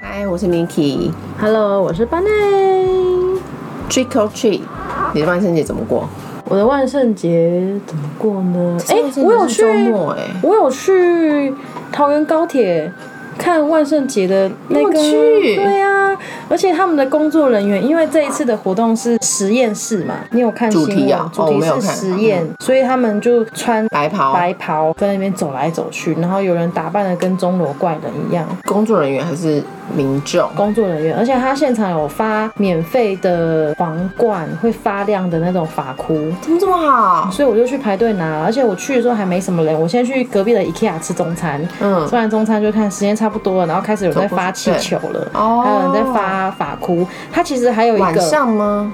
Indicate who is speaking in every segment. Speaker 1: 嗨，我是 Miki。
Speaker 2: Hello，我是班内。
Speaker 1: Trick or treat，你的万圣节怎么过？
Speaker 2: 我的万圣节怎么过呢？哎、
Speaker 1: 万圣节
Speaker 2: 我有
Speaker 1: 是
Speaker 2: 去
Speaker 1: 周末哎，
Speaker 2: 我有去桃园高铁看万圣节的那个。
Speaker 1: 你有去
Speaker 2: 对啊，而且他们的工作人员，因为这一次的活动是实验室嘛，你有看新
Speaker 1: 主
Speaker 2: 闻？
Speaker 1: 题啊哦我没有
Speaker 2: 是
Speaker 1: 看
Speaker 2: 实验，所以他们就穿
Speaker 1: 白袍，
Speaker 2: 白袍在那边走来走去，然后有人打扮的跟钟楼怪人一样。
Speaker 1: 工作人员还是民众？
Speaker 2: 工作人员，而且他现场有发免费的皇冠，会发亮的那种发箍，
Speaker 1: 怎么这么好？
Speaker 2: 所以我就去排队拿。而且我去的时候还没什么人，我先去隔壁的 IKEA 吃中餐，
Speaker 1: 嗯
Speaker 2: 吃，完中餐就看时间差不多了，然后开始有人在发气球了。
Speaker 1: 哦
Speaker 2: 还有人在发发箍，他其实还有一
Speaker 1: 晚
Speaker 2: 个，
Speaker 1: 上吗？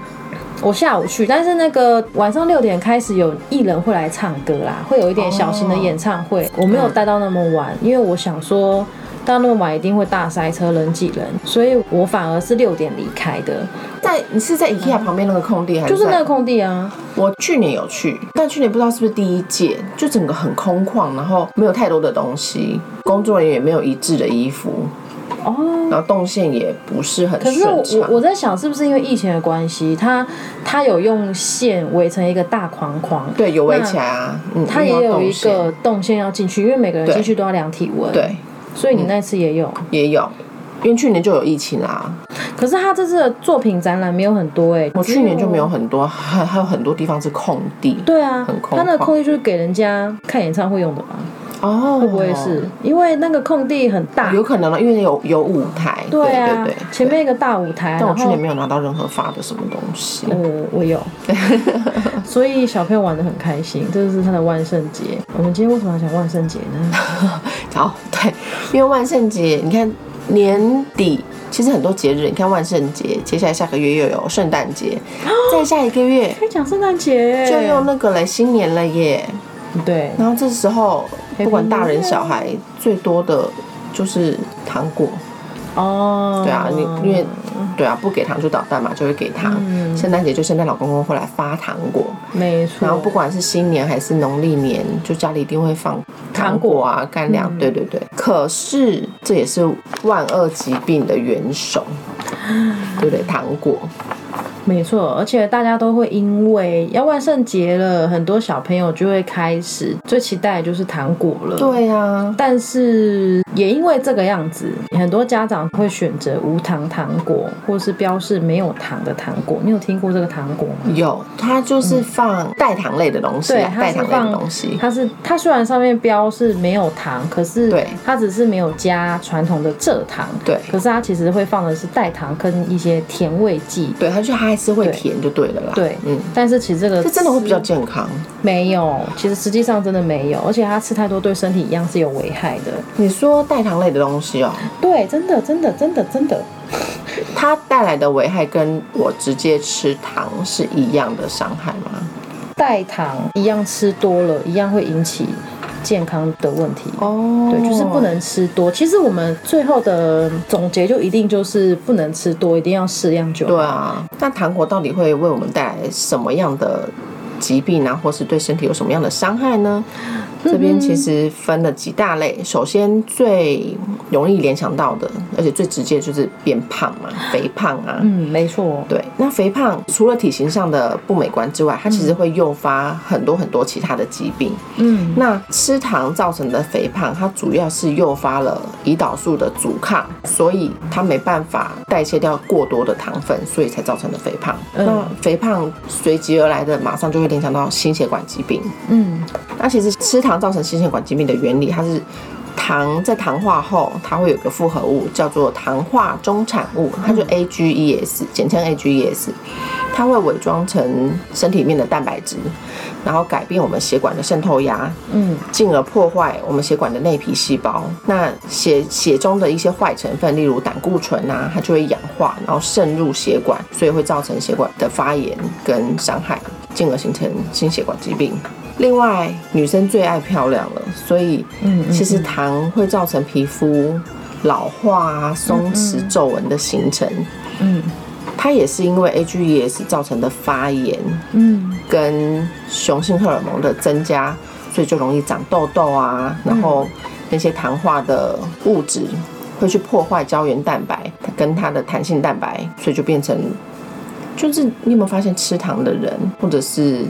Speaker 2: 我下午去，但是那个晚上六点开始有艺人会来唱歌啦，会有一点小型的演唱
Speaker 1: 哦
Speaker 2: 会，我没有待到那么晚，因为我想说到那么晚一定会大塞车人挤人，所以我反而是六点离开的，
Speaker 1: 在你是在 IKEA 旁边那个空地，还
Speaker 2: 就是
Speaker 1: 在
Speaker 2: 那个空地啊，
Speaker 1: 我去年有去，但去年不知道是不是第一届，就整个很空旷，然后没有太多的东西，工作人员也没有一致的衣服，
Speaker 2: 哦。
Speaker 1: 然后动线也不是很
Speaker 2: 可是我
Speaker 1: 顺畅。
Speaker 2: 我我在想，是不是因为疫情的关系，它它有用线围成一个大框框，
Speaker 1: 对有围起来啊，嗯，
Speaker 2: 它
Speaker 1: 因
Speaker 2: 也
Speaker 1: 为要
Speaker 2: 有
Speaker 1: 动
Speaker 2: 一
Speaker 1: 线
Speaker 2: 个动线要进去，因为每个人
Speaker 1: 对
Speaker 2: 进去都要量体温，，
Speaker 1: 对嗯
Speaker 2: 所以你那次也有。
Speaker 1: 也有，因为去年就有疫情啦，
Speaker 2: 可是他这次的作品展览没有很多哎、
Speaker 1: 我去年就没有
Speaker 2: 只。
Speaker 1: 很多，还还有很多地方是空地。
Speaker 2: 哦对啊
Speaker 1: 很，空
Speaker 2: 他那个
Speaker 1: 旷
Speaker 2: 空地就是给人家看演唱会用的吧？
Speaker 1: 哦，
Speaker 2: 会不会是？因为那个空地很大？
Speaker 1: 有可能啊了，因为有有舞台。对
Speaker 2: 啊，
Speaker 1: 对对。
Speaker 2: 前面一个大舞台，
Speaker 1: 但我
Speaker 2: 然
Speaker 1: 去
Speaker 2: 后
Speaker 1: 年没有拿到任何发的什么东西。
Speaker 2: 呃，我 有，所以小朋友玩的很开心，这就是他的万圣节。我们今天为什么要讲万圣节 呢？
Speaker 1: 哦，对，因为万圣节，你看年底其实很多节日，你看万圣节，接下来下个月又有圣诞节，再下一个月
Speaker 2: 可以讲圣诞节，
Speaker 1: 就又那个了，新年了耶。
Speaker 2: 对，
Speaker 1: 然后这时候
Speaker 2: Happy
Speaker 1: 不管大人
Speaker 2: New Year
Speaker 1: 小孩，最多的就是糖果。
Speaker 2: 哦，
Speaker 1: 对啊，你因为对啊，不给糖就捣蛋嘛，就会给糖。圣诞节就圣诞老公公会来发糖果，
Speaker 2: 没错，
Speaker 1: 然后不管是新年还是农历年，就家里一定会放糖果啊、干粮。对对对。可是这也是万恶疾病的元首，对不对？糖果，
Speaker 2: 没错，而且大家都会因为要万圣节了，很多小朋友就会开始最期待的就是糖果了，。
Speaker 1: 对啊，
Speaker 2: 但是也因为这个样子，很多家长会选择无糖糖果，或是标示没有糖的糖果。你有听过这个糖果吗？
Speaker 1: 有，它就是放代糖类的东西
Speaker 2: 对，
Speaker 1: 啊，
Speaker 2: 它
Speaker 1: 代
Speaker 2: 是
Speaker 1: 糖类的
Speaker 2: 放
Speaker 1: 东西。
Speaker 2: 它是它虽然上面标是没有糖，可是
Speaker 1: 对
Speaker 2: 它只是没有加传统的蔗糖，
Speaker 1: 对
Speaker 2: 可是它其实会放的是代糖跟一些甜味剂，
Speaker 1: 对，它就它还是会甜就对了啦。
Speaker 2: 对，
Speaker 1: 嗯，
Speaker 2: 但是其实这个
Speaker 1: 这真的会比较健康。
Speaker 2: 没有，其实实际上真的没有，而且它吃太多对身体一样是有危害的，
Speaker 1: 你说代糖类的东西哦、
Speaker 2: 对，真的真的真的真的，
Speaker 1: 它带来的危害跟我直接吃糖是一样的伤害吗？
Speaker 2: 代糖一样吃多了，一样会引起健康的问题。
Speaker 1: 哦
Speaker 2: 对，就是不。能吃多。其实我们最后的总结就一定就是不能吃多，一定要适量就好
Speaker 1: 对啊，那糖果到底会为我们带来什么样的疾病啊，或是对身体有什么样的伤害呢？这边其实分了几大类，首先最容易联想到的，而且最直接就是变胖嘛，肥胖啊。
Speaker 2: 嗯，没错，
Speaker 1: 对，那肥胖除了体型上的不美观之外，它其实会诱发很多很多其他的疾病。
Speaker 2: 嗯，
Speaker 1: 那吃糖造成的肥胖，它主要是诱发了胰岛素的阻抗，所以它没办法代谢掉过多的糖分，所以才造成的肥胖。
Speaker 2: 嗯
Speaker 1: 那肥胖随即而来的，马上就会联想到心血管疾病。
Speaker 2: 嗯，
Speaker 1: 那其实吃糖造成心血管疾病的原理，它是糖在糖化后，它会有个复合物叫做糖化中产物，它就 AGEs，、简称 AGEs，它会伪装成身体里面的蛋白质，然后改变我们血管的渗透压，
Speaker 2: 嗯，
Speaker 1: 进而破坏我们血管的内皮细胞。那血血中的一些坏成分，例如胆固醇啊，它就会氧化，然后渗入血管，所以会造成血管的发炎跟伤害，进而形成心血管疾病。另外，女生最爱漂亮了，所以
Speaker 2: 嗯嗯
Speaker 1: 其实糖会造成皮肤老化啊、松弛、皱纹的形成。
Speaker 2: 嗯
Speaker 1: 它也是因为 AGEs 造成的发炎，
Speaker 2: 嗯，
Speaker 1: 跟雄性荷尔蒙的增加，所以就容易长痘痘
Speaker 2: 嗯
Speaker 1: 啊，然后那些糖化的物质会去破坏胶原蛋白，跟它的弹性蛋白，所以就变成。就是你有没有发现，吃糖的人或者是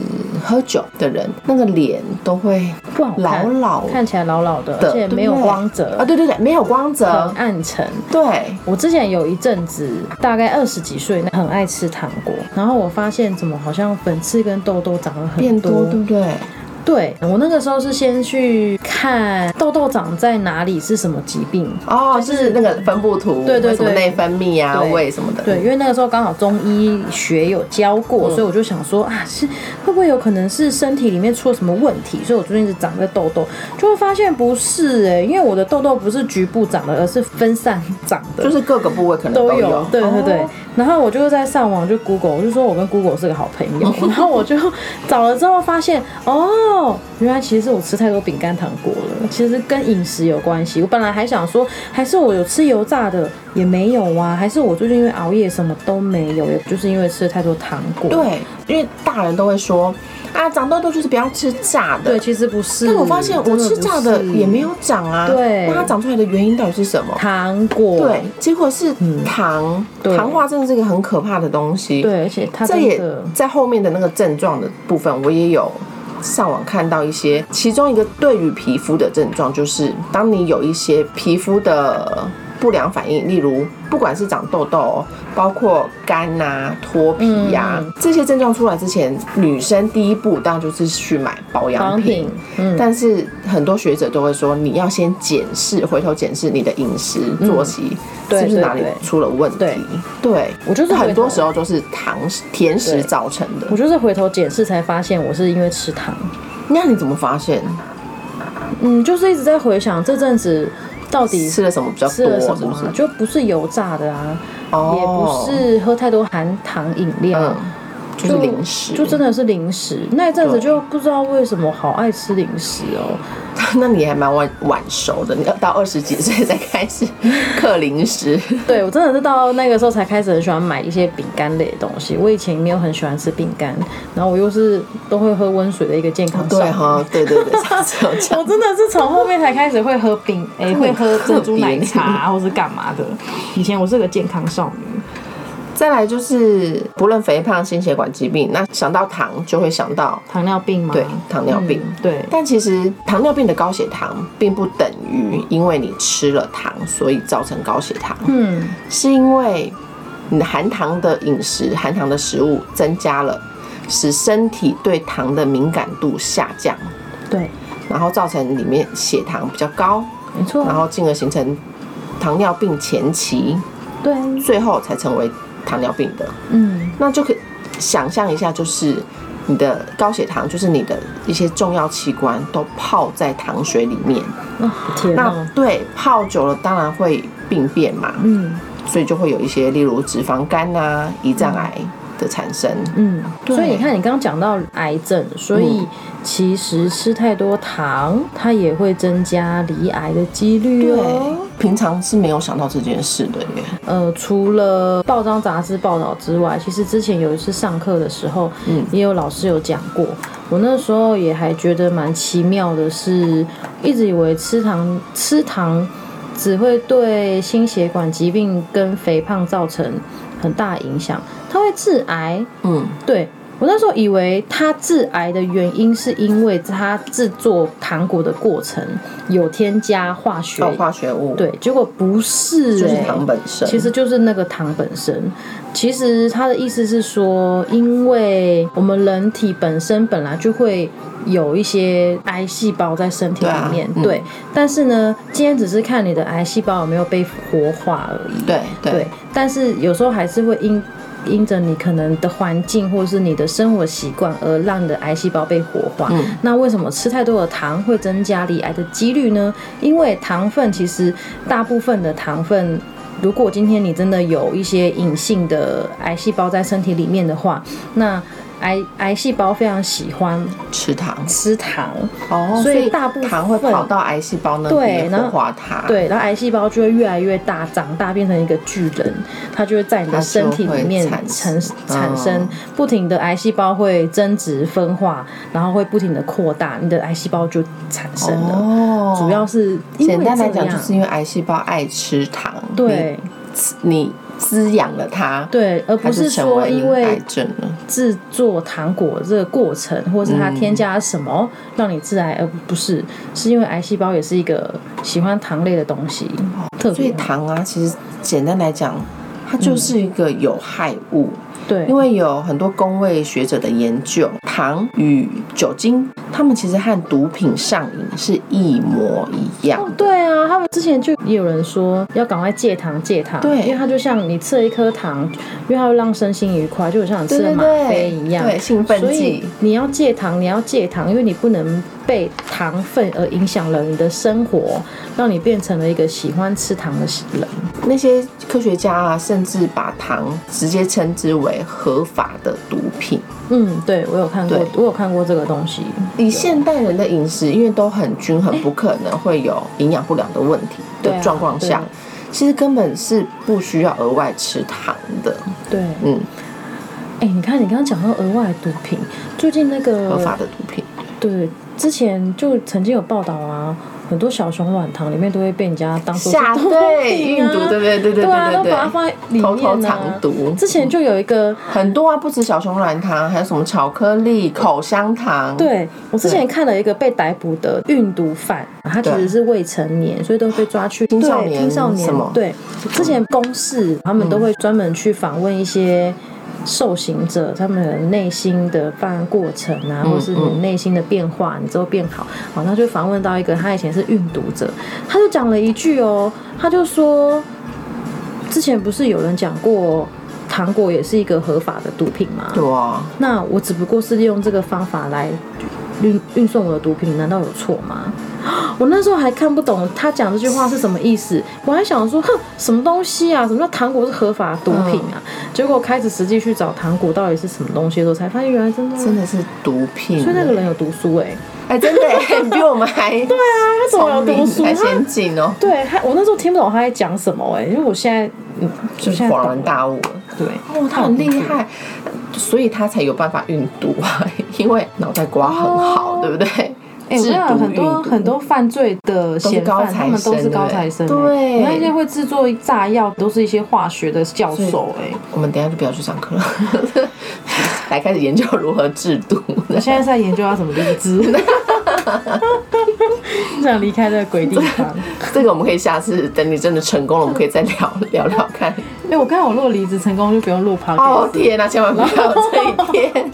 Speaker 1: 喝酒的人，那个脸都会
Speaker 2: 不好
Speaker 1: 老
Speaker 2: 看，
Speaker 1: 老
Speaker 2: 看起来老老的，
Speaker 1: 的
Speaker 2: 而且没有
Speaker 1: 对不对
Speaker 2: 光泽，
Speaker 1: 啊，对对对，没有光
Speaker 2: 很
Speaker 1: 泽，
Speaker 2: 暗沉。
Speaker 1: 对，
Speaker 2: 我之前有一阵子，大概二十几岁，很爱吃糖果，然后我发现怎么好像粉刺跟痘痘长了很
Speaker 1: 变多，对不对？
Speaker 2: 对我那个时候是先去看痘痘长在哪里是什么疾病。
Speaker 1: 哦，
Speaker 2: 就
Speaker 1: 就是是那个分布图，
Speaker 2: 对对
Speaker 1: 什么
Speaker 2: 对
Speaker 1: 内分泌啊、
Speaker 2: 对
Speaker 1: 胃什么的，
Speaker 2: 对，因为那个时候刚好中医学有教
Speaker 1: 嗯
Speaker 2: 过，所以我就想说啊，是会不会有可能是身体里面出了什么问题？所以我最近一直长在痘痘，就会发现不是哎、因为我的痘痘不是局部长的，而是分散长的，
Speaker 1: 就是各个部位可能
Speaker 2: 都
Speaker 1: 有，
Speaker 2: 对对对。
Speaker 1: 哦
Speaker 2: 然后我就在上网就 Google，我就说我跟 Google 是个好朋友。 然后我就找了之后发现，哦，原来其实是我吃太多饼干糖果了，其实跟饮食有关系。我本来还想说，还是我有吃油炸的，也没有啊，还是我最近因为熬夜什么都没有，也就是因为吃了太多糖果。
Speaker 1: 对，因为大人都会说啊，长痘痘就是不要吃炸的
Speaker 2: 对，，其实不是。
Speaker 1: 但我发现我
Speaker 2: 真的
Speaker 1: 吃
Speaker 2: 不
Speaker 1: 炸的
Speaker 2: 是
Speaker 1: 也没有长啊，
Speaker 2: 对
Speaker 1: 那它长出来的原因到底是什么？
Speaker 2: 糖果。嗯
Speaker 1: 对，结果是糖，
Speaker 2: 对
Speaker 1: 糖化真的是一个很可怕的东西。，
Speaker 2: 对，而且它
Speaker 1: 这
Speaker 2: 真
Speaker 1: 也
Speaker 2: 的
Speaker 1: 在后面的那个症状的部分，我也有上网看到一些，其中一个对于皮肤的症状就是，当你有一些皮肤的。不良反应，例如不管是长痘痘，包括干呐、脱皮呀、
Speaker 2: 嗯
Speaker 1: 这些症状出来之前，女生第一步当然就是去买保
Speaker 2: 保
Speaker 1: 养
Speaker 2: 养
Speaker 1: 品
Speaker 2: 品，，嗯，
Speaker 1: 但是很多学者都会说，你要先检视，回头检视你的饮食、作息
Speaker 2: 嗯对
Speaker 1: 是不是哪里
Speaker 2: 对对
Speaker 1: 出了问题。
Speaker 2: 对
Speaker 1: 对，
Speaker 2: 我就是
Speaker 1: 很多
Speaker 2: 回头
Speaker 1: 时候都是糖甜食
Speaker 2: 对
Speaker 1: 造成的
Speaker 2: 我。就是回头检视才发现我是因为吃糖。
Speaker 1: 那你怎么发现
Speaker 2: 嗯，就是一直在回想这阵子到底
Speaker 1: 吃了什么比较
Speaker 2: 吃
Speaker 1: 多？
Speaker 2: 了什
Speaker 1: 是
Speaker 2: 么
Speaker 1: 不
Speaker 2: 啊、
Speaker 1: 是？
Speaker 2: 就不是油炸的啊，也
Speaker 1: 哦
Speaker 2: 不，是喝太多含糖饮料。
Speaker 1: 嗯，就是零食，
Speaker 2: 就真的是零食，那一阵子
Speaker 1: 对
Speaker 2: 就不知道为什么好爱吃零食 哦。
Speaker 1: 那你还蛮晚晚熟的，你要到二十几岁才开 始嗑零食。
Speaker 2: 对我真的是到那个时候才开始很喜欢买一些饼干类的东西。我以前没有很喜欢吃饼干，然后我又是都会喝温水的一个健康少
Speaker 1: 对
Speaker 2: 女。
Speaker 1: 哈， 对对对，上次有讲
Speaker 2: 我真的是从后面才开始会喝冰，哎、会喝珍珠奶茶或是干嘛的。以前我是个健康少女，
Speaker 1: 再来就是，不论肥胖、心血管疾病，那想到糖就会想到
Speaker 2: 糖尿病吗？
Speaker 1: 对糖尿病。
Speaker 2: 嗯对，
Speaker 1: 但其实糖尿病的高血糖并不等于因为你吃了糖所以造成高血糖，
Speaker 2: 嗯，
Speaker 1: 是因为你的含糖的饮食、含糖的食物增加了，使身体对糖的敏感度下降，
Speaker 2: 对，
Speaker 1: 然后造成里面血糖比较高，
Speaker 2: 没错，
Speaker 1: 然后进而形成糖尿病前期，
Speaker 2: 对，
Speaker 1: 最后才成为糖尿病的。
Speaker 2: 嗯，
Speaker 1: 那就可以想象一下，就是你的高血糖，就是你的一些重要器官都泡在糖水里面。
Speaker 2: 啊，天
Speaker 1: 那
Speaker 2: 哪，
Speaker 1: 对泡久了，当然会病变嘛，
Speaker 2: 嗯
Speaker 1: 所以就会有一些，例如脂肪肝啊、胰脏癌的产生。
Speaker 2: 嗯，
Speaker 1: 对
Speaker 2: 所以你看，你刚刚讲到癌症，所以其实吃太多糖，它也会增加罹癌的几率哦。
Speaker 1: 对，平常是没有想到这件事的耶。
Speaker 2: 呃，除了报章杂志报道之外，其实之前有一次上课的时候，
Speaker 1: 嗯
Speaker 2: 也有老师有讲过。我那时候也还觉得蛮奇妙的是，一直以为吃糖吃糖只会对心血管疾病跟肥胖造成很大影响，它会致癌。
Speaker 1: 嗯，
Speaker 2: 对我那时候以为它致癌的原因是因为它制作糖果的过程有添加化学，
Speaker 1: 哦，化学物，，
Speaker 2: 对，结果不是、
Speaker 1: 就是
Speaker 2: 欸
Speaker 1: 糖本身。
Speaker 2: 其实就是那个糖本身。其实它的意思是说，因为我们人体本身本来就会有一些癌细胞在身体
Speaker 1: 对啊
Speaker 2: 里面，
Speaker 1: 嗯
Speaker 2: 但是呢，今天只是看你的癌细胞有没有被活化而已。
Speaker 1: 对对，
Speaker 2: 但是有时候还是会因因着你可能的环境或是你的生活习惯而让你的癌细胞被活化。
Speaker 1: 嗯
Speaker 2: 那为什么吃太多的糖会增加罹癌的几率呢？因为糖分其实大部分的糖分。如果今天你真的有一些隐性的癌细胞在身体里面的话，那癌癌细胞非常喜欢
Speaker 1: 吃糖
Speaker 2: 吃糖，
Speaker 1: 哦
Speaker 2: 所以大部分
Speaker 1: 糖会跑到癌细胞那
Speaker 2: 对
Speaker 1: 里
Speaker 2: 然后
Speaker 1: 活化它。，
Speaker 2: 对，然后癌细胞就会越来越大，长大变成一个巨人，它就会在你的身体里面
Speaker 1: 它就会
Speaker 2: 产
Speaker 1: 产
Speaker 2: 产生
Speaker 1: 嗯
Speaker 2: 不停的癌细胞会增殖分化，然后会不停的扩大，你的癌细胞就产生了。
Speaker 1: 哦，
Speaker 2: 主要是因为
Speaker 1: 简单来
Speaker 2: 这
Speaker 1: 讲，
Speaker 2: 样
Speaker 1: 就是因为癌细胞爱吃糖，
Speaker 2: 对
Speaker 1: 你滋你滋养了它，
Speaker 2: 对，而
Speaker 1: 它
Speaker 2: 不
Speaker 1: 就是成
Speaker 2: 说
Speaker 1: 为
Speaker 2: 因
Speaker 1: 癌
Speaker 2: 为
Speaker 1: 症了。
Speaker 2: 制作糖果这个过程，或是它添加了什
Speaker 1: 嗯
Speaker 2: 么、让你致癌，而不是是因为癌细胞也是一个喜欢糖类的东西，特
Speaker 1: 哦所以
Speaker 2: 别
Speaker 1: 糖啊，其实简单来讲，它就是
Speaker 2: 嗯
Speaker 1: 一个有害物，
Speaker 2: 对，
Speaker 1: 因为有很多工位学者的研究，糖与酒精，它们其实和毒品上瘾是一模一样
Speaker 2: 哦，对啊，他们之前就也有人说要赶快戒糖戒糖，
Speaker 1: 对
Speaker 2: 因为它就像你吃了一颗糖，因为它会让身心愉快，就好像你吃了吗啡一样。
Speaker 1: 对，兴奋
Speaker 2: 所以
Speaker 1: 剂。
Speaker 2: 你要戒糖，你要戒糖，因为你不能被糖分而影响了你的生活，让你变成了一个喜欢吃糖的人。
Speaker 1: 那些科学家啊，甚至把糖直接称之为合法的毒品。
Speaker 2: 嗯，对我有看过
Speaker 1: 对，
Speaker 2: 我有看过这个东西。
Speaker 1: 以现代人的饮食，因为都很均衡，不可能会有营养不良的问题
Speaker 2: 哎对
Speaker 1: 的
Speaker 2: 啊
Speaker 1: 状况下，其实根本是不需要额外吃糖的。
Speaker 2: 对，
Speaker 1: 嗯，
Speaker 2: 哎、你看你刚刚讲到额外毒品，最近那个
Speaker 1: 合法的毒品。
Speaker 2: 对，之前就曾经有报道啊，很多小熊软糖里面都会被人家当做
Speaker 1: 下对运毒，对不对？对对
Speaker 2: 啊对啊，
Speaker 1: 对
Speaker 2: 都把它
Speaker 1: 对
Speaker 2: 放在里
Speaker 1: 对，
Speaker 2: 面、啊、
Speaker 1: 偷偷藏。毒。
Speaker 2: 之前就有一个，
Speaker 1: 很多啊，不止小熊软糖，还有什么巧克力、口香糖。，
Speaker 2: 对我之前看了一个被逮捕的运毒犯，他其实是未成年，所以都被抓去
Speaker 1: 青少
Speaker 2: 对
Speaker 1: 年
Speaker 2: 青少年
Speaker 1: 什么
Speaker 2: 对，之前公示他们都会专门去访问一些。受刑者他们的内心的犯案过程啊，
Speaker 1: 嗯
Speaker 2: 或是你内心的变化，你之后变好，好，那就访问到一个他以前是运毒者，他就讲了一句哦，他就说，之前不是有人讲过糖果也是一个合法的毒品吗？
Speaker 1: 对啊，
Speaker 2: 那我只不过是利用这个方法来运运送我的毒品，难道有错吗？ 我那时候还看不懂他讲这句话是什么意思，我还想说，哼，什么东西啊？什么叫糖果是合法的毒品啊？
Speaker 1: 嗯
Speaker 2: 结果开始实际去找糖果到底是什么东西的时候，才发现原来真的。
Speaker 1: 真的是毒品。欸
Speaker 2: 所以那个人有读书哎、
Speaker 1: 哎，真的耶， 你比我们还对啊，
Speaker 2: 他怎么有啊读书？
Speaker 1: 还
Speaker 2: 他
Speaker 1: 先进哦，
Speaker 2: 对他，我那时候听不懂他在讲什么哎、因为我现在嗯，
Speaker 1: 就
Speaker 2: 我
Speaker 1: 是
Speaker 2: 现在懂
Speaker 1: 恍
Speaker 2: 了
Speaker 1: 然大悟了。
Speaker 2: 对，
Speaker 1: 哦，他很厉害，所以他才有办法运毒啊， 因为脑袋瓜很好，
Speaker 2: 哦
Speaker 1: 对不对？
Speaker 2: 哎、我
Speaker 1: 制
Speaker 2: 跟你讲，
Speaker 1: 毒
Speaker 2: 很多
Speaker 1: 运毒
Speaker 2: 很多犯罪的嫌
Speaker 1: 高
Speaker 2: 犯，
Speaker 1: 材
Speaker 2: 他们都是
Speaker 1: 生
Speaker 2: 高
Speaker 1: 对
Speaker 2: 材生、欸，
Speaker 1: 对
Speaker 2: 那些会制作炸药，都是一些化学的教授、欸，哎，
Speaker 1: 我们等一下就不要去上课了， 来开始研究如何制毒。
Speaker 2: 我现在在研究要怎么离职， 想离开这个鬼地方。
Speaker 1: 这个我们可以下次等你真的成功了，我们可以再聊聊聊 看。
Speaker 2: 哎、我看我如果离职成功，就不用录 p o d
Speaker 1: 哦天哪、千万不要这一天。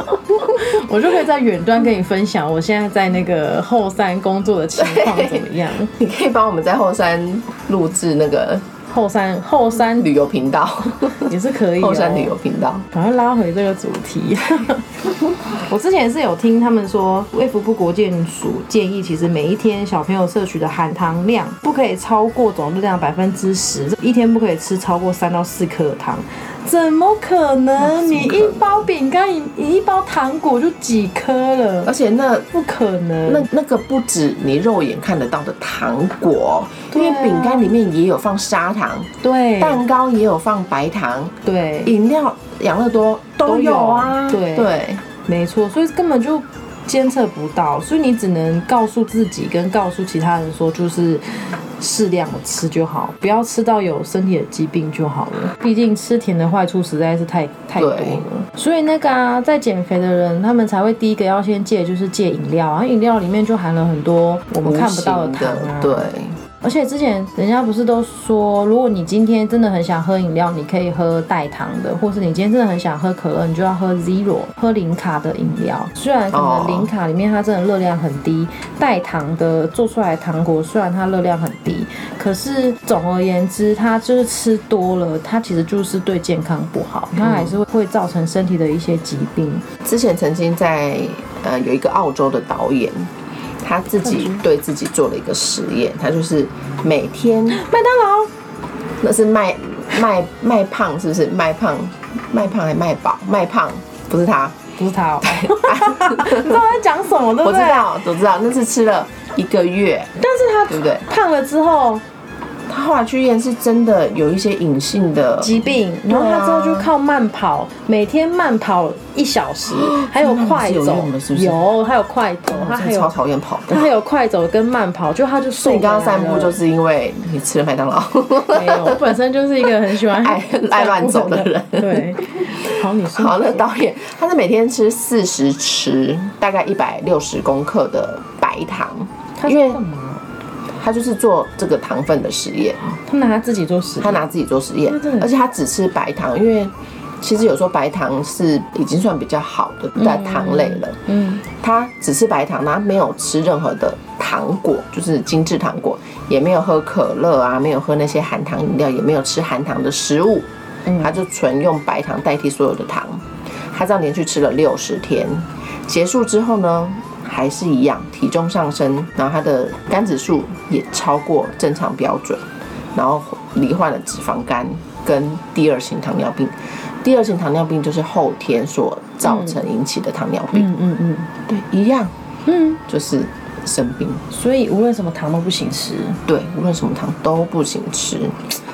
Speaker 2: 我就可以在远端跟你分享我现在在那个后山工作的情况怎么 样。
Speaker 1: 你可以帮我们在后山录制那个
Speaker 2: 后山后山
Speaker 1: 旅游频 道，
Speaker 2: 也是可以、哦
Speaker 1: 后山旅游频道。
Speaker 2: 赶快拉回这个主题。 我之前是有听他们说，卫福部国健署建议，其实每一天小朋友摄取的含糖量不可以超过总热量百分之十，一天不可以吃超过三到四颗的糖。怎么啊可能？你一包饼干，你你一包糖果就几颗
Speaker 1: 而
Speaker 2: 了？
Speaker 1: 且那
Speaker 2: 不可能。
Speaker 1: 那那个不止你肉眼看得到的糖果，因
Speaker 2: 对啊
Speaker 1: 为饼干里面也有放砂糖，
Speaker 2: 对
Speaker 1: 蛋糕也有放白糖，
Speaker 2: 对，
Speaker 1: 饮料养乐多都有啊。
Speaker 2: 都有对
Speaker 1: 对，
Speaker 2: 没错，所以根本就监测不到，所以你只能告诉自己跟告诉其他人说，就是适量的吃就好，不要吃到有身体的疾病就好了。毕竟吃甜的坏处实在是太太多
Speaker 1: 对
Speaker 2: 了，所以那个啊，在减肥的人，他们才会第一个要先戒就是戒饮料啊，饮料里面就含了很多我们看不到
Speaker 1: 无
Speaker 2: 的
Speaker 1: 形
Speaker 2: 糖啊，
Speaker 1: 对，
Speaker 2: 而且之前人家不是都说，如果你今天真的很想喝饮料，你可以喝代糖的，或是你今天真的很想喝可乐，你就要喝 zero，喝零卡的饮料。虽然可
Speaker 1: 哦
Speaker 2: 能零卡里面它真的热量很低，代糖的做出来的糖果虽然它热量很低，可是总而言之，它就是吃多了，它其实就是对健康不好，它还是会会造成身体的一些疾病。
Speaker 1: 之前曾经在呃有一个澳洲的导演，他自己对自己做了一个实验，他就是每天
Speaker 2: 麦当劳
Speaker 1: 那是卖卖卖胖是不是卖胖卖胖还卖饱卖胖不是 他。
Speaker 2: 不是它哦，你知道我在讲什么对不
Speaker 1: 我知
Speaker 2: 对？
Speaker 1: 道，我知道，那是吃了一个月，
Speaker 2: 但是它
Speaker 1: 对不对？
Speaker 2: 胖了之后，
Speaker 1: 他他后来去验是真的有一些隐性的，
Speaker 2: 疾病，然后他之后就靠慢跑，每天慢跑一小时，还有快
Speaker 1: 真的是有
Speaker 2: 走
Speaker 1: 用的是不，是
Speaker 2: 有还有快走，他还
Speaker 1: 真的超
Speaker 2: 有
Speaker 1: 讨厌跑
Speaker 2: 他
Speaker 1: 的。
Speaker 2: 还有快走跟慢跑，就他就瘦
Speaker 1: 所以
Speaker 2: 回
Speaker 1: 你
Speaker 2: 来
Speaker 1: 刚
Speaker 2: 了。
Speaker 1: 刚散步就是因为你吃了麦当劳，
Speaker 2: 没有，我本身就是一个很喜欢
Speaker 1: 爱爱乱走的人
Speaker 2: 对，好，你说
Speaker 1: 好，那导演他是每天吃四十匙，大概一百六十公克的白糖，
Speaker 2: 他
Speaker 1: 因为
Speaker 2: 干嘛？
Speaker 1: 他就是做这个糖分的实验，
Speaker 2: 他拿他自己做实验，
Speaker 1: 他拿自己做实验
Speaker 2: 那真的，
Speaker 1: 而且他只吃白糖，因为其实有时候白糖是已经算比较好的在糖类了。
Speaker 2: 嗯，
Speaker 1: 他只吃白糖，他没有吃任何的糖果，就是精致糖果，也没有喝可乐啊，没有喝那些含糖饮料，也没有吃含糖的食物，
Speaker 2: 嗯
Speaker 1: 他就纯用白糖代替所有的糖。他这样连续吃了六十天，结束之后呢，还是一样，体重上升，然后他的肝指数也超过正常标准，然后罹患了脂肪肝跟第二型糖尿病。第二型糖尿病就是后天所造成引起的糖尿病。
Speaker 2: 嗯嗯嗯
Speaker 1: 对，一样
Speaker 2: 嗯，
Speaker 1: 就是生病。
Speaker 2: 所以无论什么糖都不行吃，
Speaker 1: 对，无论什么糖都不行吃。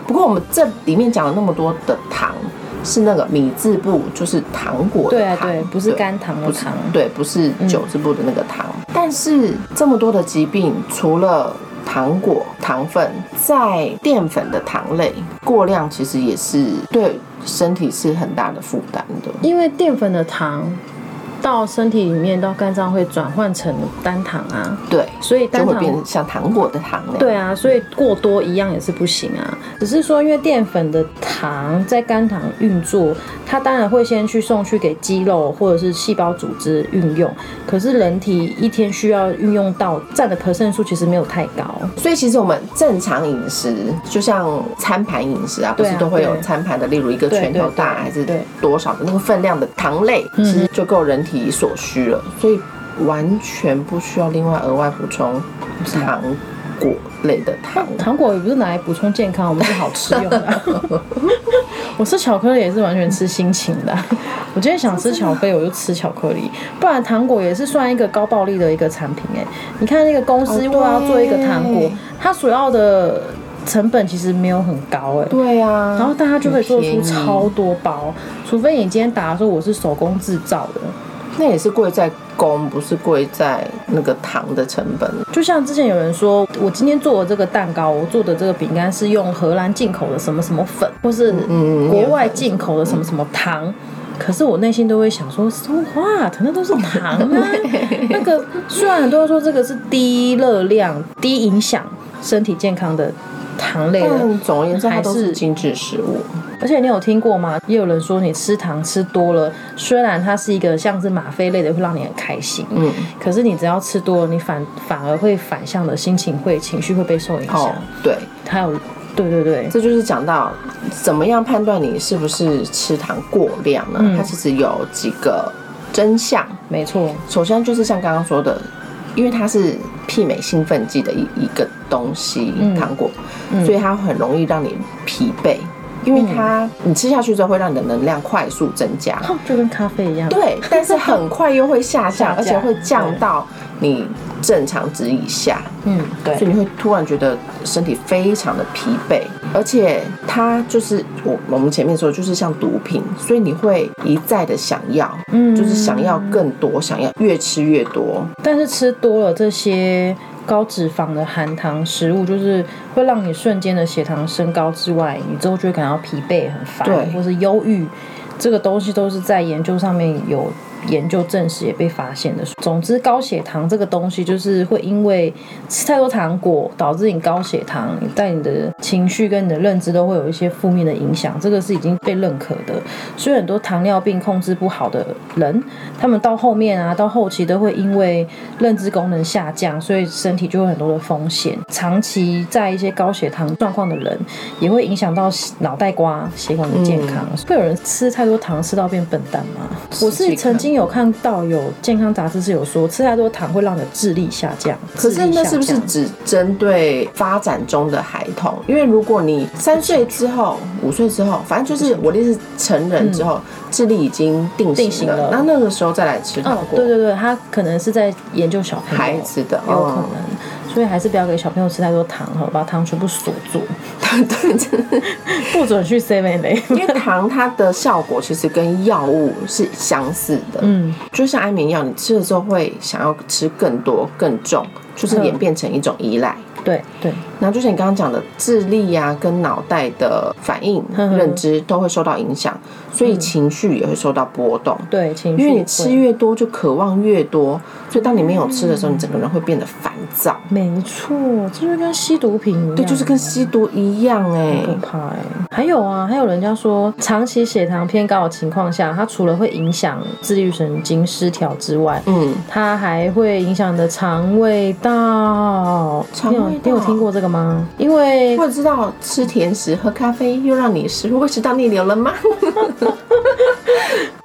Speaker 1: 不过我们这里面讲了那么多的糖，是那个米字部，就是糖果的
Speaker 2: 对啊
Speaker 1: 糖，
Speaker 2: 对不是甘糖的
Speaker 1: 不是
Speaker 2: 糖
Speaker 1: 对，不是酒字部的那个糖。但是这么多的疾病，除了糖果糖分，在淀粉的糖类过量，其实也是对身体是很大的负担的。
Speaker 2: 因为淀粉的糖到身体里面到肝脏会转换成单糖啊，
Speaker 1: 对，
Speaker 2: 所以
Speaker 1: 就
Speaker 2: 单
Speaker 1: 会
Speaker 2: 糖
Speaker 1: 变成像糖果的糖类。
Speaker 2: 对啊，所以过多一样也是不行啊。只是说，因为淀粉的糖在肝糖运作，它当然会先去送去给肌肉或者是细胞组织运用。可是人体一天需要运用到占的 percent 数其实没有太高。
Speaker 1: 所以其实我们正常饮食，就像餐盘饮食啊，不
Speaker 2: 对啊
Speaker 1: 是都会有
Speaker 2: 对
Speaker 1: 餐盘的，例如一个拳头大还是
Speaker 2: 对对对
Speaker 1: 多少的那个分量的糖类，
Speaker 2: 嗯
Speaker 1: 其实就够人体所需了，所以完全不需要另外额外补充糖果类的糖。
Speaker 2: 糖果也不是拿来补充健康，我们是好吃用的 啊、我吃巧克力也是完全吃心情的啊、我今天想吃巧克力，我就吃巧克力，不然糖果也是算一个高暴利的一个产品哎、你看那个公司如果要做一个糖果
Speaker 1: 哦对，
Speaker 2: 它所要的成本其实没有很高哎、
Speaker 1: 对啊，
Speaker 2: 然后但它就可以做
Speaker 1: 很
Speaker 2: 出
Speaker 1: 便宜
Speaker 2: 超多包，除非你今天打说我是手工制造的，
Speaker 1: 那也是贵在工，不是贵在那个糖的成本。
Speaker 2: 就像之前有人说，我今天做的这个蛋糕，我做的这个饼干是用荷兰进口的什么什么粉，或是
Speaker 1: 嗯嗯
Speaker 2: 国外进口的什么什么糖。可是我内心都会想说，so what？那都是糖 啊。那个虽然很多人说这个是低热量、低影响身体健康的糖类的，
Speaker 1: 但总而言之，它都
Speaker 2: 啊还
Speaker 1: 是
Speaker 2: 是
Speaker 1: 精致食物。
Speaker 2: 而且你有听过吗？也有人说你吃糖吃多了，虽然它是一个像是吗啡类的，会让你很开心，
Speaker 1: 嗯，
Speaker 2: 可是你只要吃多了，你反反而会反向的心情会情绪会被受影响。
Speaker 1: 哦，对，
Speaker 2: 还有，对对对，
Speaker 1: 这就是讲到怎么样判断你是不是吃糖过量呢？
Speaker 2: 嗯
Speaker 1: 它其实有几个真相。
Speaker 2: 没错，
Speaker 1: 首先就是像刚刚说的，因为它是媲美兴奋剂的一一个东西，
Speaker 2: 嗯
Speaker 1: 糖果，所以它很容易让你疲惫，因为
Speaker 2: 嗯
Speaker 1: 它你吃下去之后会让你的能量快速增加。
Speaker 2: 哦就跟咖啡一样。
Speaker 1: 对，但是很快又会下降，
Speaker 2: 下降
Speaker 1: 而且会降到你正常值以下。
Speaker 2: 嗯，
Speaker 1: 所
Speaker 2: 对，
Speaker 1: 以你会突然觉得身体非常的疲惫，而且它就是我我们前面说的，就是像毒品，所以你会一再的想要，
Speaker 2: 嗯
Speaker 1: 就是想要更多，想要越吃越多，
Speaker 2: 但是吃多了这些高脂肪的含糖食物，就是会让你瞬间的血糖升高之外，你之后就会感到疲惫、很
Speaker 1: 对
Speaker 2: 烦，或是忧郁。这个东西都是在研究上面有研究证实，也被发现的。总之，高血糖这个东西就是会因为吃太多糖果导致你高血糖，你在你的情绪跟你的认知都会有一些负面的影响，这个是已经被认可的。所以很多糖尿病控制不好的人，他们到后面啊，到后期都会因为认知功能下降，所以身体就会很多的风险。长期在一些高血糖状况的人，也会影响到脑袋瓜、血管的健康。会有人吃太多糖吃到变笨蛋吗？我
Speaker 1: 自己
Speaker 2: 是
Speaker 1: 看
Speaker 2: 曾经有看到有健康杂志是有说，吃太多糖会让你的智力下降。
Speaker 1: 可是那是不是
Speaker 2: 智力下降
Speaker 1: 只针对发展中的孩童？因为如果你三岁之后、五岁之后，反正就是我的意思是成人之后，智力已经定
Speaker 2: 嗯定
Speaker 1: 型
Speaker 2: 型
Speaker 1: 了，
Speaker 2: 了
Speaker 1: 那那个时候再来吃糖
Speaker 2: 哦，
Speaker 1: 果，
Speaker 2: 对对对，他可能是在研究小朋友
Speaker 1: 孩子的
Speaker 2: 有可
Speaker 1: 哦
Speaker 2: 能。所以还是不要给小朋友吃太多糖哈，把糖全部锁 住，
Speaker 1: 嗯
Speaker 2: 不准去 Seven 嘞。
Speaker 1: 因为糖它的效果其实跟药物是相似的，
Speaker 2: 嗯，
Speaker 1: 就像安眠药，你吃了之后会想要吃更多、更重，
Speaker 2: 嗯
Speaker 1: 就是演变成一种依赖。
Speaker 2: 对对，
Speaker 1: 然后就像你刚刚讲的，智力呀、跟脑袋的反应、
Speaker 2: 嗯哼
Speaker 1: 认知都会受到影响，所以情绪也会受到波动。
Speaker 2: 对情绪
Speaker 1: 因
Speaker 2: 会，
Speaker 1: 为你吃越多，就渴望越多，所以当你没有吃的时
Speaker 2: 嗯
Speaker 1: 候，你整个人会变得烦躁。
Speaker 2: 没错，这就是跟吸毒品一样，
Speaker 1: 对，就是跟吸毒一样哎、
Speaker 2: 可怕哎、还有啊，还有人家说，长期血糖偏高的情况下，它除了会影响自律神经失调之外，
Speaker 1: 嗯，
Speaker 2: 它还会影响你的肠胃道。
Speaker 1: 肠
Speaker 2: 你有
Speaker 1: 胃道
Speaker 2: 你有听过这个吗？因为
Speaker 1: 我也知道吃甜食、喝咖啡又让你食胃食道逆流了吗？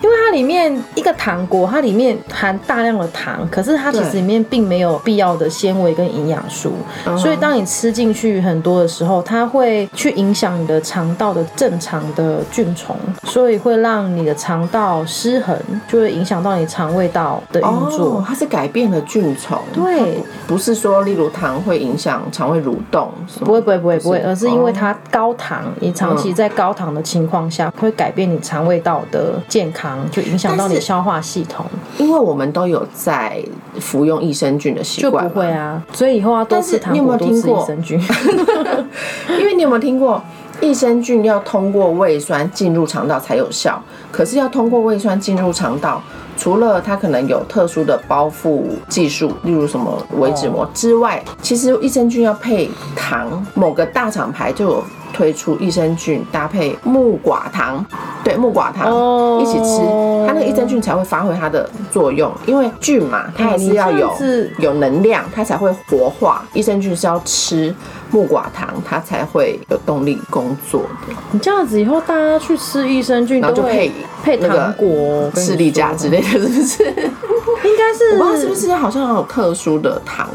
Speaker 2: 因为它里面一个糖果，它里面含大量的糖，可是它其实
Speaker 1: 对
Speaker 2: 里面并没有必要的纤维跟营养素，所以当你吃进去很多的时候，它会去影响你的肠道的正常的菌虫，所以会让你的肠道失衡，就会影响到你肠胃道的运作。
Speaker 1: 哦，它是改变了菌虫，
Speaker 2: 对，
Speaker 1: 不是说例如糖会影响肠胃蠕动什么，
Speaker 2: 不会不会不会不会，
Speaker 1: 是
Speaker 2: 而是因为它高糖，你长期在高糖的情况下，会改变你肠胃道的健康，就影响到你
Speaker 1: 但是
Speaker 2: 消化系统，
Speaker 1: 因为我们都有在服用益生菌的习
Speaker 2: 就不
Speaker 1: 惯，
Speaker 2: 会。啊。所以以后要多
Speaker 1: 但是
Speaker 2: 吃糖
Speaker 1: 你有没有
Speaker 2: 果，多
Speaker 1: 听
Speaker 2: 吃益
Speaker 1: 过
Speaker 2: 生菌。
Speaker 1: 因为你有没有听过，益生菌要通过胃酸进入肠道才有效，可是要通过胃酸进入肠道。除了它可能有特殊的包覆技术，例如什么微脂膜之外，其实益生菌要配糖，某个大厂牌就有推出益生菌搭配木寡糖，对木寡糖、
Speaker 2: 哦
Speaker 1: 一起吃，它那个益生菌才会发挥它的作用，因为菌嘛，它还是要有、
Speaker 2: 哎你这样子
Speaker 1: 有能量，它才会活化。益生菌是要吃木寡糖，它才会有动力工作的，
Speaker 2: 你这样子以后大家去吃益生菌
Speaker 1: 然
Speaker 2: 哎都
Speaker 1: 后就
Speaker 2: 会
Speaker 1: 配
Speaker 2: 配
Speaker 1: 那
Speaker 2: 糖
Speaker 1: 个
Speaker 2: 果、我跟你
Speaker 1: 士力架
Speaker 2: 说
Speaker 1: 之类的，是不是？
Speaker 2: 应该是
Speaker 1: 我不知道是不是好像有特殊的糖，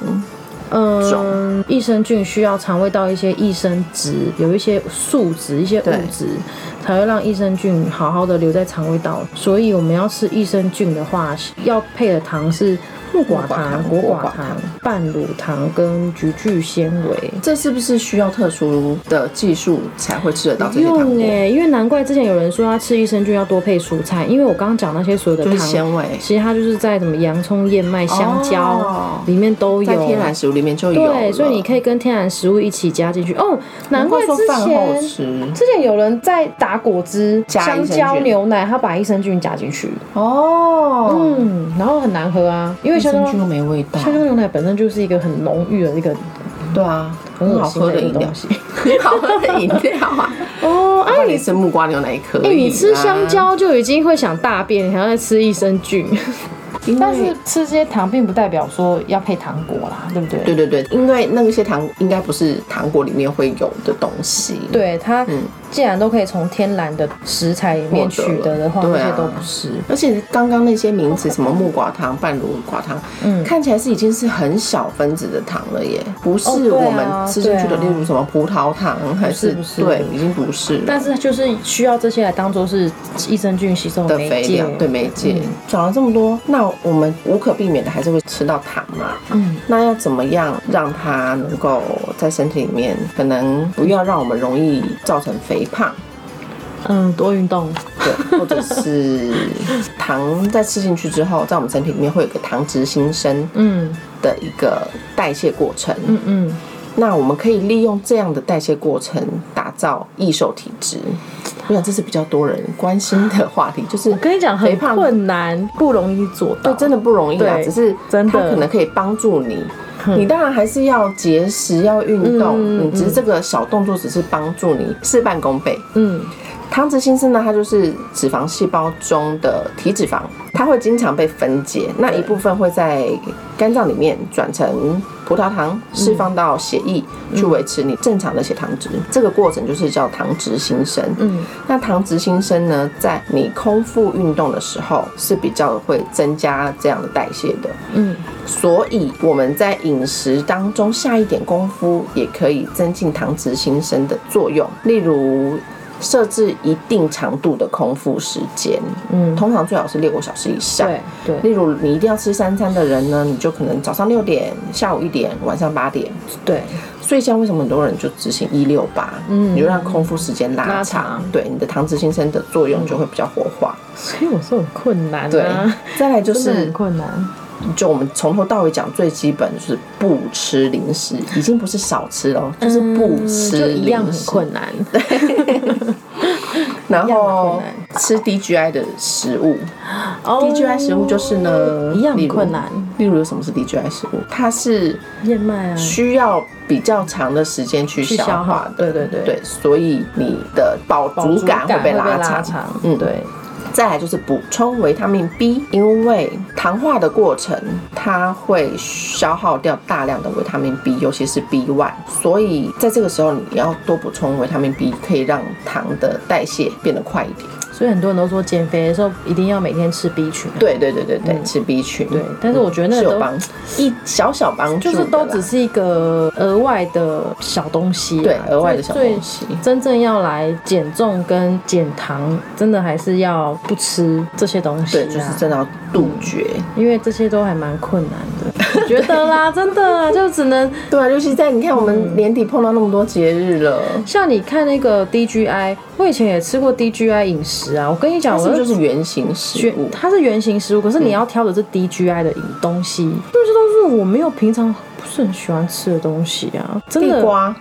Speaker 2: 嗯，益生菌需要肠胃道一些益生值，有一些素质、一些物
Speaker 1: 对
Speaker 2: 质，才会让益生菌好好的留在肠胃道。所以我们要吃益生菌的话，要配的糖是木
Speaker 1: 木
Speaker 2: 寡
Speaker 1: 寡
Speaker 2: 糖、
Speaker 1: 糖
Speaker 2: 果
Speaker 1: 果
Speaker 2: 寡
Speaker 1: 寡
Speaker 2: 糖、半乳糖跟菊苣纤维。
Speaker 1: 这是不是需要特殊的技术才会吃得到这些糖
Speaker 2: 用
Speaker 1: 果？
Speaker 2: 哎、因为难怪之前有人说要吃益生菌要多配蔬菜，因为我刚刚讲那些所有的
Speaker 1: 就
Speaker 2: 糖
Speaker 1: 是纤维，
Speaker 2: 其实它就是在什么洋葱、燕麦、香蕉、
Speaker 1: 哦
Speaker 2: 里面都
Speaker 1: 在
Speaker 2: 有。
Speaker 1: 天然食物里面就有了。
Speaker 2: 对，所以你可以跟天然食物一起加进去。哦，难
Speaker 1: 难
Speaker 2: 怪
Speaker 1: 怪
Speaker 2: 之
Speaker 1: 说饭后
Speaker 2: 前
Speaker 1: 吃
Speaker 2: 之前有人在打果汁、
Speaker 1: 加益
Speaker 2: 香
Speaker 1: 生菌
Speaker 2: 蕉、牛奶，他把益生菌加进去，
Speaker 1: 哦，
Speaker 2: 嗯，然后很难喝啊，因为
Speaker 1: 益
Speaker 2: 香
Speaker 1: 生
Speaker 2: 蕉
Speaker 1: 菌又没味道，
Speaker 2: 香蕉牛奶本身就是一个很浓郁的一个
Speaker 1: 对啊，
Speaker 2: 很
Speaker 1: 很好喝的饮料
Speaker 2: 东，西。
Speaker 1: 很好喝的饮料啊。
Speaker 2: 哦，哎、
Speaker 1: 那你吃木瓜牛奶也可以、
Speaker 2: 哎你吃香，蕉就已经会想大便，你还要再吃益生 菌。
Speaker 1: 因
Speaker 2: 但是
Speaker 1: 为
Speaker 2: 吃这些糖并不代表说要配糖果啦，对不对？
Speaker 1: 对对对，因为那些糖应该不是糖果里面会有的东西。
Speaker 2: 对它既然都可以从天然的食材里面
Speaker 1: 嗯获得
Speaker 2: 取得的话，
Speaker 1: 了
Speaker 2: 这
Speaker 1: 对啊
Speaker 2: 些都不是。
Speaker 1: 而且刚刚那些名词，什么木瓜糖、半乳寡糖，
Speaker 2: 嗯
Speaker 1: 看起来是已经是很小分子的糖了耶，不是
Speaker 2: 哦对啊
Speaker 1: 我们吃进去的，
Speaker 2: 对啊
Speaker 1: 例如什么葡萄糖还是
Speaker 2: 不是不是
Speaker 1: 对，已经不是了。
Speaker 2: 但是就是需要这些来当做是益生菌吸收
Speaker 1: 的
Speaker 2: 媒
Speaker 1: 肥
Speaker 2: 介
Speaker 1: 料，，对媒介讲嗯了这么多，那我们无可避免的还是会吃到糖嘛。
Speaker 2: 嗯，
Speaker 1: 那要怎么样让它能够在身体里面，可能不要让我们容易造成肥胖，
Speaker 2: 嗯，多运动，
Speaker 1: 对，或者是糖在吃进去之后，在我们身体里面会有个糖脂新生
Speaker 2: 嗯
Speaker 1: 的一个代谢过程。
Speaker 2: 嗯嗯，
Speaker 1: 那我们可以利用这样的代谢过程，打造易瘦体质。我想这是比较多人关心的话题，就是
Speaker 2: 哦我跟你讲
Speaker 1: 肥
Speaker 2: 很
Speaker 1: 胖
Speaker 2: 困难，不容易做到，
Speaker 1: 对，真的不容易啦
Speaker 2: 对。
Speaker 1: 只是
Speaker 2: 真的
Speaker 1: 它可能可以帮助你。
Speaker 2: 嗯
Speaker 1: 你当然还是要节食，要运动，
Speaker 2: 嗯
Speaker 1: 嗯，只是这个小动作只是帮助你事半功倍。
Speaker 2: 嗯
Speaker 1: 糖脂新生呢，它就是脂肪细胞中的体脂肪，它会经常被分解，那一部分会在肝脏里面转成葡萄
Speaker 2: 嗯
Speaker 1: 糖，释放到血液，去维持你正常的血糖值。这个过程就是叫糖脂新生。
Speaker 2: 嗯，
Speaker 1: 那糖脂新生呢，在你空腹运动的时候是比较会增加这样的代谢的。
Speaker 2: 嗯，
Speaker 1: 所以我们在饮食当中下一点功夫，也可以增进糖脂新生的作用。例如设置一定长度的空腹时间，
Speaker 2: 嗯，
Speaker 1: 通常最好是六个小时以上。
Speaker 2: 对对，
Speaker 1: 例如你一定要吃三餐的人呢，你就可能早上六点、下午一点、晚上八点。
Speaker 2: 对，
Speaker 1: 所以现在为什么很多人就执行一六八？
Speaker 2: 嗯
Speaker 1: 你就让空腹时间拉
Speaker 2: 拉
Speaker 1: 长，
Speaker 2: 长
Speaker 1: 对你的糖脂新生的作用就会比较活化。
Speaker 2: 所以我说很困难、啊，
Speaker 1: 对，再来就
Speaker 2: 真的
Speaker 1: 是
Speaker 2: 很困难。
Speaker 1: 就我们从头到尾讲最基本的就是不吃零食，已经不是少吃喽，就是不吃
Speaker 2: 嗯就
Speaker 1: 零食。
Speaker 2: 一样很困难。
Speaker 1: 然
Speaker 2: 一样很
Speaker 1: 后
Speaker 2: 困难
Speaker 1: 吃低 GI 的食物，
Speaker 2: 哦
Speaker 1: 低 GI 食物就是呢
Speaker 2: 一样
Speaker 1: 例
Speaker 2: 很
Speaker 1: 如
Speaker 2: 困难，
Speaker 1: 例如有什么是低 GI 食物？它是
Speaker 2: 燕麦啊，
Speaker 1: 需要比较长的时间去
Speaker 2: 去
Speaker 1: 消化
Speaker 2: 消化
Speaker 1: 的，
Speaker 2: 对对对
Speaker 1: 对，所以你的饱
Speaker 2: 饱
Speaker 1: 足感会被拉
Speaker 2: 长，
Speaker 1: 长。嗯，
Speaker 2: 对，
Speaker 1: 再来就是补充维他命 B，因为糖化的过程它会消耗掉大量的维他命 B，尤其是 B one，所以在这个时候你要多补充维他命 B，可以让糖的代谢变得快一点。
Speaker 2: 所以很多人都说减肥的时候一定要每天吃 B 群，
Speaker 1: 对对对对嗯对，吃 B 群。
Speaker 2: 对但是我觉得那个
Speaker 1: 是有
Speaker 2: 都
Speaker 1: 帮一小小帮助
Speaker 2: 就
Speaker 1: 的啦，
Speaker 2: 是都只是一个额外的小东西啊，
Speaker 1: 对额外的小
Speaker 2: 最
Speaker 1: 东西。
Speaker 2: 最真正要来减重跟减糖，真的还是要不吃这些东西、啊，
Speaker 1: 对，就是嗯真的要杜绝。
Speaker 2: 因为这些都还蛮困难的，我觉得啦，真的就只能
Speaker 1: 对啊，尤其在你看我们年底碰到那么多节日了，
Speaker 2: 像你看那个 DGI，我以前也吃过 DGI 饮食啊，我跟你
Speaker 1: 它
Speaker 2: 讲，
Speaker 1: 是
Speaker 2: 我
Speaker 1: 不是就是圆形食
Speaker 2: 觉
Speaker 1: 物？嗯
Speaker 2: 它是原型食物，可是你要挑的是 DGI 的饮东西，因为这都是我没有平常不是很喜欢吃的东西啊，真
Speaker 1: 地
Speaker 2: 的，
Speaker 1: 瓜，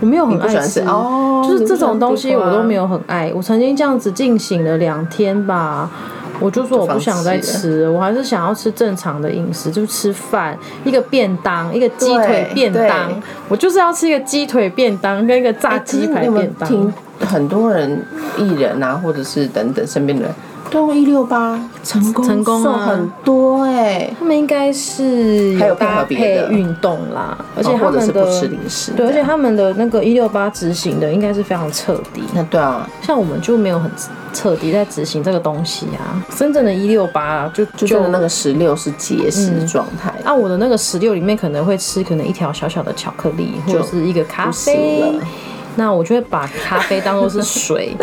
Speaker 2: 我没有
Speaker 1: 你
Speaker 2: 很
Speaker 1: 不喜
Speaker 2: 爱
Speaker 1: 欢吃
Speaker 2: 吃
Speaker 1: 哦
Speaker 2: 就是这种东
Speaker 1: 你不
Speaker 2: 西
Speaker 1: 喜欢
Speaker 2: 我
Speaker 1: 地瓜
Speaker 2: 都没有很爱。我曾经这样子进行了两天吧。我就说我不想再
Speaker 1: 就放
Speaker 2: 吃了，我还是想要吃正常的饮食，就是吃饭，一个便当，一个鸡腿
Speaker 1: 对
Speaker 2: 便当
Speaker 1: 对，
Speaker 2: 我就是要吃一个鸡腿便当跟一个炸
Speaker 1: 哎其实
Speaker 2: 鸡
Speaker 1: 你
Speaker 2: 排
Speaker 1: 有没
Speaker 2: 便
Speaker 1: 有
Speaker 2: 当。
Speaker 1: 听很多人艺人啊，或者是等等身边的人，都用一六八成功
Speaker 2: 成功
Speaker 1: 瘦
Speaker 2: 啊
Speaker 1: 很多哎、
Speaker 2: 他们应该是
Speaker 1: 还有配合
Speaker 2: 搭
Speaker 1: 别
Speaker 2: 配
Speaker 1: 的
Speaker 2: 运动啦，而且
Speaker 1: 哦
Speaker 2: 他
Speaker 1: 或者
Speaker 2: 们
Speaker 1: 是
Speaker 2: 的、
Speaker 1: 不吃零食，
Speaker 2: 对，而且
Speaker 1: 这样
Speaker 2: 他们的那个一六八执行的应该是非常彻底。
Speaker 1: 那对啊，
Speaker 2: 像我们就没有很彻底在执行这个东西啊，真正的一六八就
Speaker 1: 就
Speaker 2: 就
Speaker 1: 真的那个十六是节食状态，
Speaker 2: 啊，我的那个十六里面可能会吃可能一条小小的巧克力或者是一个咖
Speaker 1: 不行
Speaker 2: 啡
Speaker 1: 了，，
Speaker 2: 那我就会把咖啡当做 是水，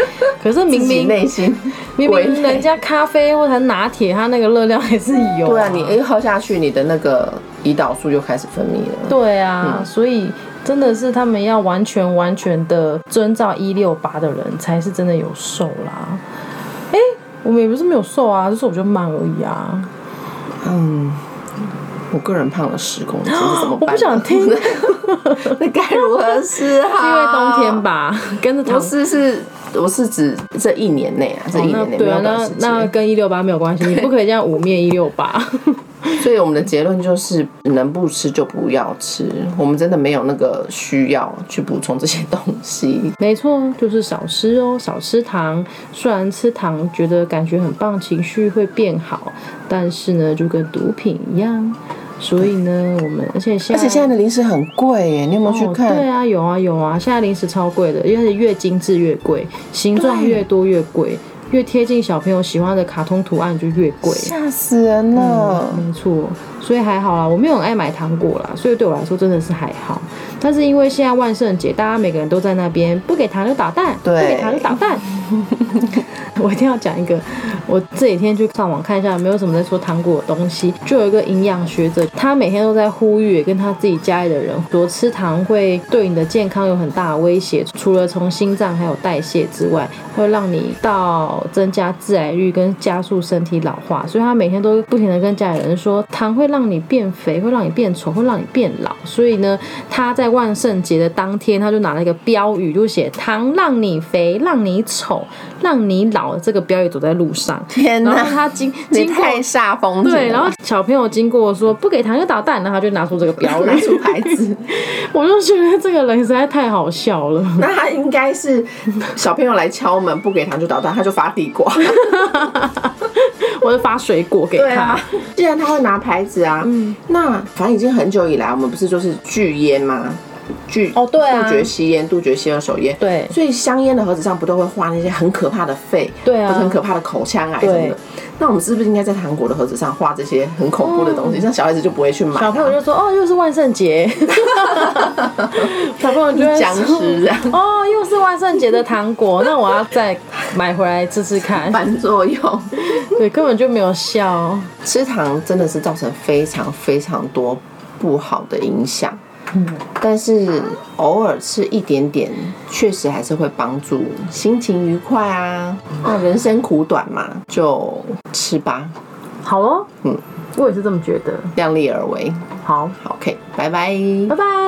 Speaker 2: 可是明
Speaker 1: 自己
Speaker 2: 明
Speaker 1: 内心
Speaker 2: 明
Speaker 1: 鬼
Speaker 2: 明人家咖啡或者拿铁，它那个热量还是 有、
Speaker 1: 对啊，你一喝下去，你的那个胰岛素就开始分泌了。
Speaker 2: 对啊，
Speaker 1: 嗯
Speaker 2: 所以真的是他们要完全完全的遵照一六八的人，才是真的有瘦啦。哎、我们也不是没有瘦啊，就是我就慢而已啊。
Speaker 1: 嗯，我个人胖了十公斤，这怎么
Speaker 2: 我
Speaker 1: 办？
Speaker 2: 不想 听，因为
Speaker 1: 那该如何是好？
Speaker 2: 冬天，吧，跟着
Speaker 1: 不
Speaker 2: 糖。
Speaker 1: 啊是是，我是指这一年内啊，这一
Speaker 2: 那
Speaker 1: 年内没
Speaker 2: 对啊
Speaker 1: 有，短
Speaker 2: 那
Speaker 1: 时
Speaker 2: 那
Speaker 1: 间。
Speaker 2: 跟一六八没有关系，你不可以这样污蔑一六八。
Speaker 1: 所以我们的结论就是，能不吃就不要吃。我们真的没有那个需要去补充这些东西。
Speaker 2: 没错，就是少吃哦，少吃糖。虽然吃糖觉得感觉很棒，情绪会变好，但是呢，就跟毒品一样。所以呢，我们而且现
Speaker 1: 而
Speaker 2: 在
Speaker 1: 且现在的零食很贵耶，你有没有去看？
Speaker 2: 哦、对啊，有啊有啊，现在零食超贵的，因为越精致越贵，形状
Speaker 1: 对
Speaker 2: 越多越贵，越贴近小朋友喜欢的卡通图案就越贵。
Speaker 1: 吓死人了！
Speaker 2: 没错，所以还好啦，我没有很爱买糖果啦，所以对我来说真的是还好。但是因为现在万圣节，大家每个人都在那边，不给糖就捣蛋，不
Speaker 1: 对
Speaker 2: 给糖就捣蛋。 我一定要讲一个，我这几天去上网看一下有没有什么在说糖果的东西，就有一个营养学者，他每天都在呼吁跟他自己家里的人说，吃糖会对你的健康有很大的威胁，除了从心脏还有代谢之外，会让你到增加致癌率跟加速身体老化，所以他每天都不停的跟家里人说，糖会让你变肥，会让你变丑，会让你变老，所以呢，他在万圣节的当天，他就拿了一个标语，就写“糖让你肥，让你丑，让你老”这个标语走在路上。
Speaker 1: 天
Speaker 2: 然后
Speaker 1: 哪，
Speaker 2: 他经
Speaker 1: 你
Speaker 2: 经过
Speaker 1: 太煞风景了。
Speaker 2: 对，然后小朋友经过说不给糖就捣蛋，然后他就拿出这个 标
Speaker 1: 拿
Speaker 2: 语，
Speaker 1: 出牌 子。
Speaker 2: 我就觉得这个人实在太好笑了。
Speaker 1: 那他应该是小朋友来敲门，不给糖就捣蛋，他就发地瓜。
Speaker 2: 我就发水果给他，，
Speaker 1: 啊
Speaker 2: 嗯
Speaker 1: 既然他会拿牌子啊，那反正已经很久以来，我们不是就是拒烟吗？拒
Speaker 2: 哦对啊
Speaker 1: 杜绝吸烟、杜绝吸二手烟。
Speaker 2: 对
Speaker 1: 所以香烟的盒子上不都会画那些很可怕的肺，
Speaker 2: 对啊
Speaker 1: 或者很可怕的口腔啊癌什么
Speaker 2: 对
Speaker 1: 的？那我们是不是应该在韩国的盒子上画这些很恐怖的东西？像小孩子就不会去买啊、
Speaker 2: 嗯小朋友就说哦，又是万圣节， 小朋友就会
Speaker 1: 僵尸这样
Speaker 2: 说哦，又是万圣节的糖果，那我要再买回来吃吃看。
Speaker 1: 反作用。
Speaker 2: 对，根本就没有笑。
Speaker 1: 吃糖真的是造成非常非常多不好的影响。但是偶尔吃一点点，确实还是会帮助心情愉快啊。那人生苦短嘛，就吃吧，
Speaker 2: 好哦，
Speaker 1: 嗯，
Speaker 2: 我也是这么觉得。
Speaker 1: 量力而为。
Speaker 2: 好，
Speaker 1: 好，OK，拜拜
Speaker 2: 拜拜。